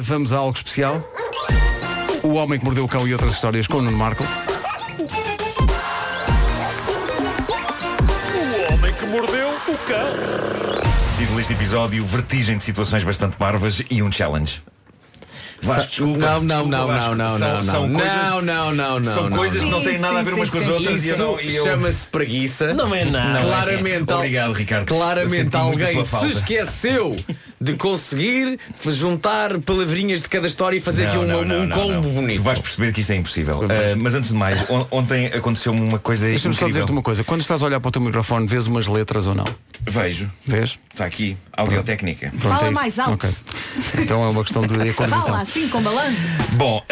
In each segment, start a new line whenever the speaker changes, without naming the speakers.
Vamos a algo especial. O Homem que Mordeu o Cão e outras histórias com o Nuno Marco.
O homem que mordeu o cão.
Título deste episódio: Vertigem de situações bastante parvas e um challenge. Vasco, desculpa,
Não, não,
desculpa,
não,
Vasco.
não, não,
São-
não,
são
não.
coisas-
Não, não, não, não,
São
não,
coisas que não
Sim,
têm nada a
sim,
ver umas
sim,
com as
sim,
outras e eu não. e
Isso
eu-
chama-se preguiça.
Não é nada.
Claramente, al-
Obrigado, Ricardo. Eu
claramente
senti muito a
alguém
tua
se
falta.
esqueceu de conseguir juntar palavrinhas de cada história e fazer aqui um,
Não, não,
um
não,
combo
não.
bonito.
Tu vais perceber que isto é impossível. Ah, mas antes de mais, on- ontem aconteceu-me uma coisa
Deixa-me só dizer-te
incrível.
uma coisa. Quando estás a olhar para o teu microfone, vês umas letras ou não?
Vejo.
Vês?
Está aqui, audiotécnica.
Pronto,
Fala
é isso.
mais alto.
Ok. Então é uma questão de
Fala
equalização.
assim, com balanço.
Bom,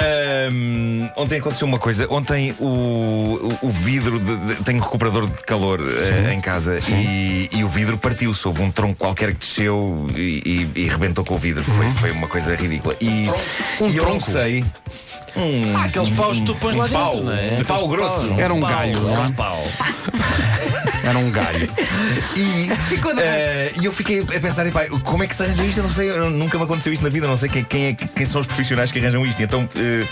hum, ontem aconteceu uma coisa. Ontem o, o- o vidro. De, de- tenho um recuperador de calor eh, em casa e, e o vidro partiu-se. Houve um tronco qualquer que desceu e, e, e rebentou com o vidro. Foi, foi uma coisa ridícula. E,
Uhum. Um
e eu não
tronco?
sei. Um,
Ah, aqueles paus que tu pões lá
um pau,
dentro, não é?
um pau grosso.
Era um
Pau,
galho, não é?
um pau.
Era um galho.
E eh, e eu fiquei a pensar, epá, como é que se arranja isto? Eu não sei, eu- nunca me aconteceu isto na vida, eu não sei quem, quem é que- quem são os profissionais que arranjam isto. E Então eh,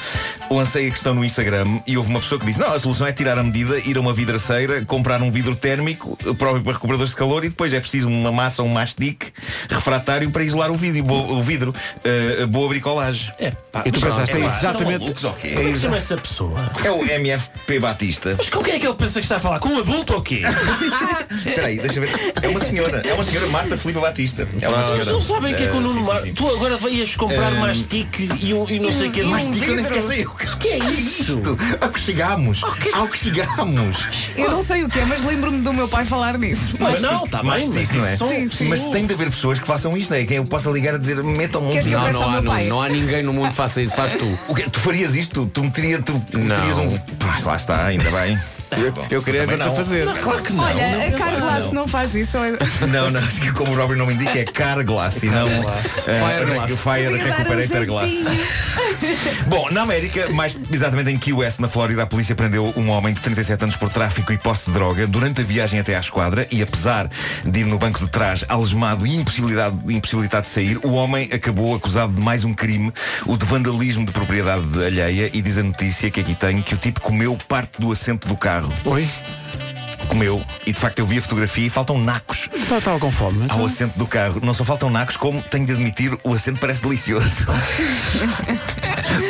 lancei a questão no Instagram e houve uma pessoa que disse: Não, a solução é tirar a medida, ir a uma vidraceira, comprar um vidro térmico eh, próprio para recuperadores de calor e depois é preciso uma massa, um mastic refratário para isolar o vidro. Bo- o vidro. Eh, boa bricolagem.
É pá.
E tu pensaste, é
pá,
exatamente-
estão malucos, ok? Como é que
exa-
chama essa pessoa?
É o MFP Batista.
Mas com quem é que ele pensa que está a falar? Com um adulto ou quê?
Espera aí, deixa eu ver. É uma senhora, é uma senhora Marta Filipe Batista. É uma senhora.
Eles não sabem o que é que o
Eh,
Nuno
sim, sim,
Mar...
sim.
Tu agora ias comprar
Eh,
mastique e, um, e não sei o que.
Mas diga, eu nem sequer sei o que, o que é isto. Ao que chegámos.
Oh,
Ao que chegámos.
Eu não sei o que é, mas lembro-me do meu pai falar nisso.
Mas não,
tu-
está
mas
Ah, bem,
tu-
mas um
não
isso
é?
são...
Sim, sim.
Mas tem de haver pessoas que façam isto, não é? Quem eu possa ligar a dizer metam um.
Queres que eu
Não.
Não, não
peça ao
há,
meu
não,
pai?
não há ninguém no mundo que faça isso, faz tu.
O que, tu farias isto? Tu meterias, tu, tu
Não.
meterias um. Pois lá está, ainda bem. Então Bom,
Eu
tu
queria
também
ver-te a
não.
fazer.
Claro que não. não
Olha, a
pensa-
Carla
não.
se não faz isso. é Eu
Não, não, acho que como o Robin não me indica é Carglass e não eh,
Fire
Fire Fire
Glass.
Podia dar um
Recuperator Glass.
jeitinho.
Bom, na América, mais exatamente em Key West, na Flórida, a polícia prendeu um homem de 37 anos por tráfico e posse de droga durante a viagem até à esquadra e apesar de ir no banco de trás algemado e impossibilidade, impossibilidade de sair, o homem acabou acusado de mais um crime, o de vandalismo de propriedade alheia e diz a notícia que aqui tenho que o tipo comeu parte do assento do carro.
Oi?
Comeu. E de facto eu vi a fotografia e faltam nacos
Então estava com fome.
ao assento do carro. Não só faltam nacos, como tenho de admitir, o assento parece delicioso.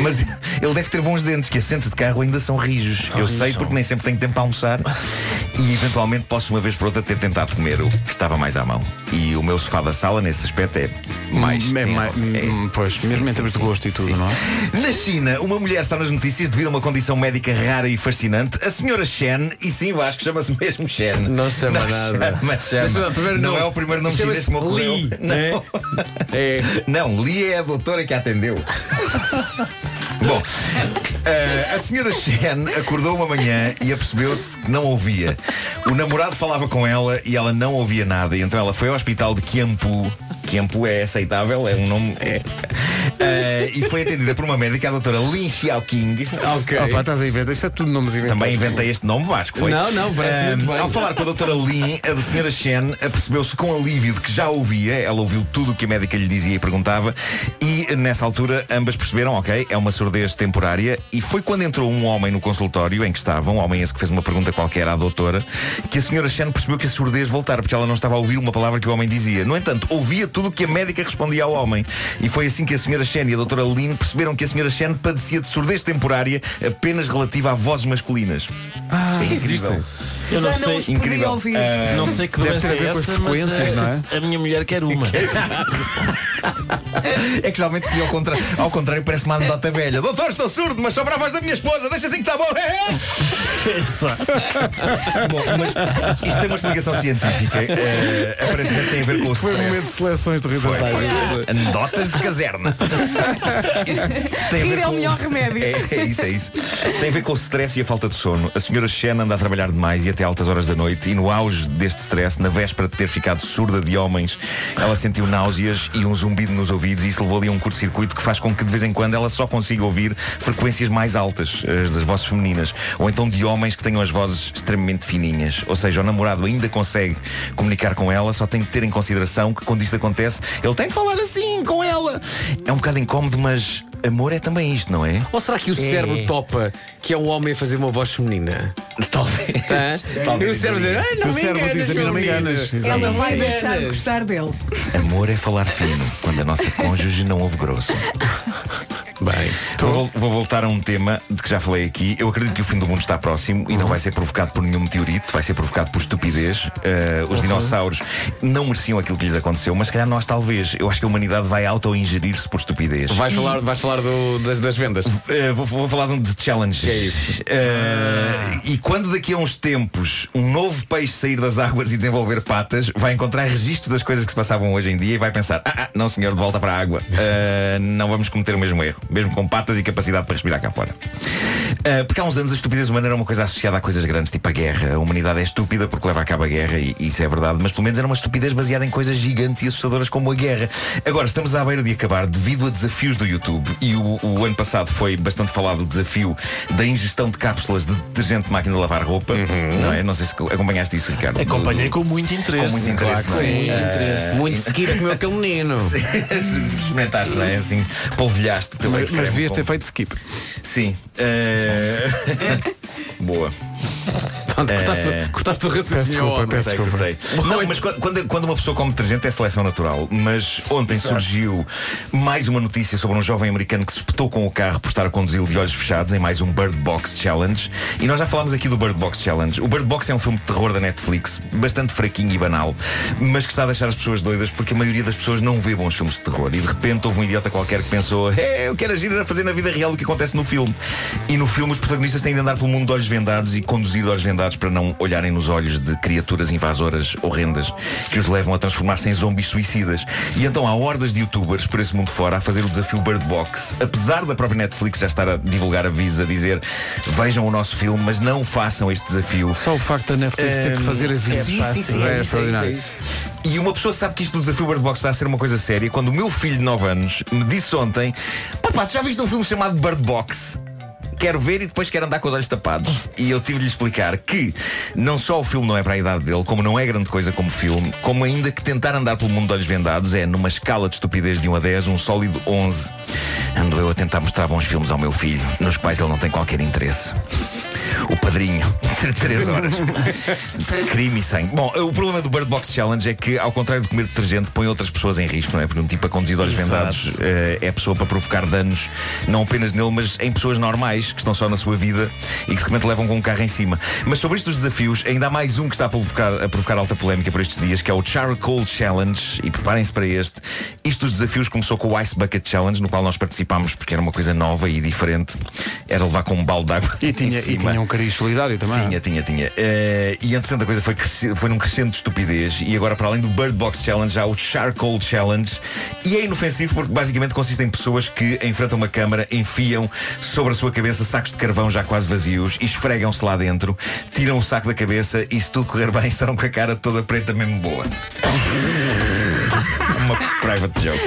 Mas ele deve ter bons dentes, que assentos de carro ainda são rijos. Eu sei porque nem sempre tenho tempo para almoçar e eventualmente posso uma vez por outra ter tentado comer o que estava mais à mão. E o meu sofá da sala, nesse aspecto, é mais.
É
tenro.
mais-
É-
hum, pois, mesmo em termos de gosto e tudo, não é?
na China, uma mulher está nas notícias devido a uma condição médica rara e fascinante. A senhora Shen, e sim, Vasco, chama-se mesmo Shen.
Não chama
Não
nada.
Chama, chama.
Mas, mas, primeiro
não
nome.
é o primeiro nome
Chama-se
chinês que me ocorreu.
Li,
Não.
né? É.
Não, Li é a doutora que a atendeu. Bom, eh, a senhora Shen acordou uma manhã e apercebeu-se que não ouvia. O namorado falava com ela e ela não ouvia nada. E então ela foi ao hospital de Quiampu. Quiampu é aceitável, é um nome. é. Eh, e foi atendida por uma médica, a doutora Lin Xiaoqing. tá-
Ok.
Opa, estás a inventar. Isso é tudo nomes inventados.
Também inventei este nome, Vasco, foi?
Não, não, parece
Ahm,
muito bem.
Ao falar com a doutora Lin, a senhora Shen apercebeu-se com alívio de que já ouvia, ela ouviu tudo o que a médica lhe dizia e perguntava, e nessa altura ambas perceberam, ok, é uma surdez temporária, e foi quando entrou um homem no consultório em que estavam, um homem esse que fez uma pergunta qualquer à doutora, que a senhora Shen percebeu que a surdez voltara, porque ela não estava a ouvir uma palavra que o homem dizia. No entanto, ouvia tudo o que a médica respondia ao homem, e foi assim que a senhora Shen e a doutora Lin perceberam que a senhora Shen padecia de surdez temporária apenas relativa a vozes masculinas. Ah, Sim, incrível.
Eu não
Já não
sei... Ah,
os podia
Incrível.
ouvir.
Não sei que
Deve ter
doença
a ver
é
com as
essa, mas
frequências, não
a,
é?
a minha mulher quer uma.
É que geralmente se ao contrário, ao contrário parece uma anedota velha. Doutor, estou surdo, mas sobra a voz da minha esposa, deixa assim que está bom.
Exato.
bom mas isto tem uma explicação científica. Eh, aparentemente tem a ver com o
Foi um
stress.
momento de seleções de Rita
Foi, foi.
Sagres.
Anedotas de caserna. Isto tem a
Rir
ver
é o
com-
melhor remédio.
É, é isso, é isso. Tem a ver com o stress e a falta de sono. A senhora Shen anda a trabalhar demais e até altas horas da noite. E no auge deste stress, na véspera de ter ficado surda de homens, ela sentiu náuseas e um zumbido nos ouvidos. E isso levou ali a um curto-circuito que faz com que de vez em quando ela só consiga ouvir frequências mais altas, as das vozes femininas. Ou então de homens que tenham as vozes extremamente fininhas. Ou seja, o namorado ainda consegue comunicar com ela, só tem de ter em consideração que quando isto acontece, ele tem de falar assim com ela ela é um bocado incómodo, mas amor é também isto, não é?
Ou será que o cérebro topa que é um homem a fazer uma voz feminina?
Talvez.
Hã? E o
Talvez.
cérebro dizer, "Ah,
O
não me
cérebro
enganas,
diz a mim,
meu
não me
menino."
enganas. Exato.
Ela vai
Sim.
deixar de gostar dele.
Amor é falar fino, quando a nossa cônjuge não ouve grosso.
Bem,
Vou, vol- vou voltar a um tema de que já falei aqui. Eu acredito que o fim do mundo está próximo e não vai ser provocado por nenhum meteorito, vai ser provocado por estupidez. Eh, os dinossauros não mereciam aquilo que lhes aconteceu, mas se calhar nós talvez. Eu acho que a humanidade vai auto-ingerir-se por estupidez.
vais falar, vais falar do- das, das vendas.
Eh, vou, vou falar de um de challenges.
Que é isso?
Eh, E quando daqui a uns tempos um novo peixe sair das águas e desenvolver patas, vai encontrar registro das coisas que se passavam hoje em dia e vai pensar: ah, ah, não senhor, de volta para a água. Eh, não vamos cometer o mesmo erro, mesmo com patas e capacidade para respirar cá fora. Eh, porque há uns anos a estupidez humana era uma coisa associada a coisas grandes, tipo a guerra. A humanidade é estúpida porque leva a cabo a guerra, e isso é verdade, mas pelo menos era uma estupidez baseada em coisas gigantes e assustadoras como a guerra. Agora estamos à beira de acabar devido a desafios do YouTube, e o, o ano passado foi bastante falado o desafio da ingestão de cápsulas de detergente de máquina de lavar roupa.
Uhum.
Não, é? não sei se acompanhaste isso, Ricardo.
Acompanhei com muito
com
interesse.
muito
Claro
interesse.
que
não é?
sim.
interesse. Muito seguido comeu aquele menino.
Experimentaste, não é? Assim, polvilhaste também.
Mas
creme
devias
com-
ter feito skip.
Sim. Eh, Boa.
Pronto, cortaste,
É.
o- cortaste o
Peço
raciocínio ao
desculpa,
homem.
peço
Cortei,
desculpa.
cortei. Não, mas quando- quando, quando uma pessoa come detergente é seleção natural. Mas ontem surgiu mais uma notícia sobre um jovem americano que se espetou com o carro por estar a conduzi-lo de olhos fechados em mais um Bird Box Challenge. E nós já falámos aqui do Bird Box Challenge. O Bird Box é um filme de terror da Netflix, bastante fraquinho e banal, mas que está a deixar as pessoas doidas porque a maioria das pessoas não vê bons filmes de terror. E de repente houve um idiota qualquer que pensou: é, eu quero agir a fazer na vida real o que acontece no filme. E no filme os protagonistas têm de andar pelo mundo de olhos vendados e conduzir de olhos vendados para não olharem nos olhos de criaturas invasoras horrendas que os levam a transformar-se em zombies suicidas. E então há hordas de youtubers por esse mundo fora a fazer o desafio Bird Box. Apesar da própria Netflix já estar a divulgar avisos a dizer vejam o nosso filme, mas não façam este desafio.
Só o facto da Netflix ter que fazer avisos
sim,
pá,
sim, sim, é
é
isso,
extraordinário.
E uma pessoa sabe que isto do desafio Bird Box está a ser uma coisa séria quando o meu filho de 9 anos me disse ontem: Papá, tu já viste um filme chamado Bird Box? Quero ver e depois quero andar com os olhos tapados. E eu tive de lhe explicar que não só o filme não é para a idade dele, como não é grande coisa como filme, como ainda que tentar andar pelo mundo de olhos vendados é, numa escala de estupidez de 1 a 10, um sólido 11. Ando eu a tentar mostrar bons filmes ao meu filho, nos quais ele não tem qualquer interesse. O padrinho, entre 3 horas. Crime e sangue. Bom, o problema do Bird Box Challenge é que, ao contrário de comer detergente, põe outras pessoas em risco, não é? Porque um tipo a conduzir de olhos vendados eh, é pessoa para provocar danos, não apenas nele, mas em pessoas normais que estão só na sua vida e que de repente levam com um carro em cima. Mas sobre estes desafios, ainda há mais um que está a provocar, a provocar alta polémica por estes dias, que é o Charcoal Challenge. E preparem-se para este. Isto dos desafios começou com o Ice Bucket Challenge, no qual nós participámos porque era uma coisa nova e diferente. Era levar com um balde de água.
E
em
tinha, e
cima.
tinha um cariz solidário também.
Tinha, tinha, tinha. Eh, e entretanto a coisa foi, cresce- foi num crescendo de estupidez. E agora, para além do Bird Box Challenge, há o Charcoal Challenge. E é inofensivo porque basicamente consiste em pessoas que enfrentam uma câmara, enfiam sobre a sua cabeça sacos de carvão já quase vazios e esfregam-se lá dentro, tiram o saco da cabeça e se tudo correr bem estarão com a cara toda preta mesmo boa. Uma private joke.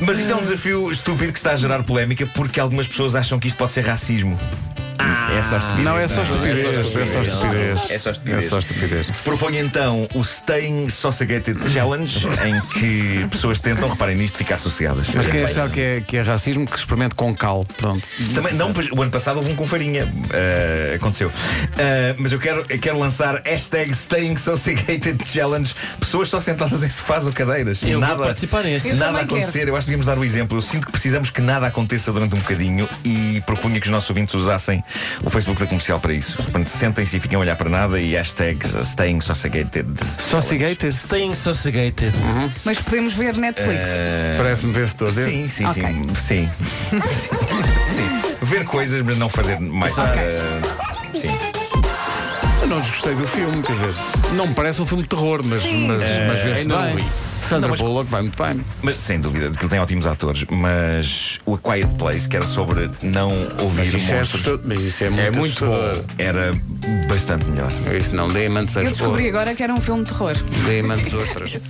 Mas isto é um desafio estúpido que está a gerar polémica porque algumas pessoas acham que isto pode ser racismo. é só estupidez.
Não, é só estupidez.
É só
É só estupidez.
É só
É
estupidez.
só estupidez.
Proponho então o Staying Sossegated Challenge, em que pessoas tentam, reparem nisto, ficar sossegadas.
Mas quem achar que é, que é racismo, que experimente com cal. Pronto.
Também, não, pois, o ano passado houve um com farinha. Ah, aconteceu. Ah, mas eu quero, eu quero lançar hashtag Staying Sossegated Challenge. Pessoas só sentadas em sofás ou cadeiras.
Eu vou
nada,
participar nesse. Eu
Nada a
também quero.
acontecer. Eu acho que devíamos dar o exemplo. Eu sinto que precisamos que nada aconteça durante um bocadinho e propunha que os nossos ouvintes usassem o Facebook da comercial para isso. Portanto, sentem-se e fiquem a olhar para nada e hashtag Staying Sossegated.
Sossegated
Staying sossegated.
Mas podemos ver Netflix.
Eh,
parece-me vencedor.
Sim, sim,
Ok.
sim, sim. Sim. Ver coisas, mas não fazer mais nada. Sim.
Eu não desgostei do filme, quer dizer, não me parece um filme de terror, mas, mas, mas vê-se
ainda não
É, bem.
vi.
Sandra
Não, mas-
Bullock vai muito bem.
Mas sem dúvida, que ele tem ótimos atores. Mas o A Quiet Place, que era sobre não ouvir monstros,
mas isso é muito,
muito assustador.
era bastante melhor.
Isso não, dê
Eu descobri agora que era um filme de terror.
Dê-me ostras.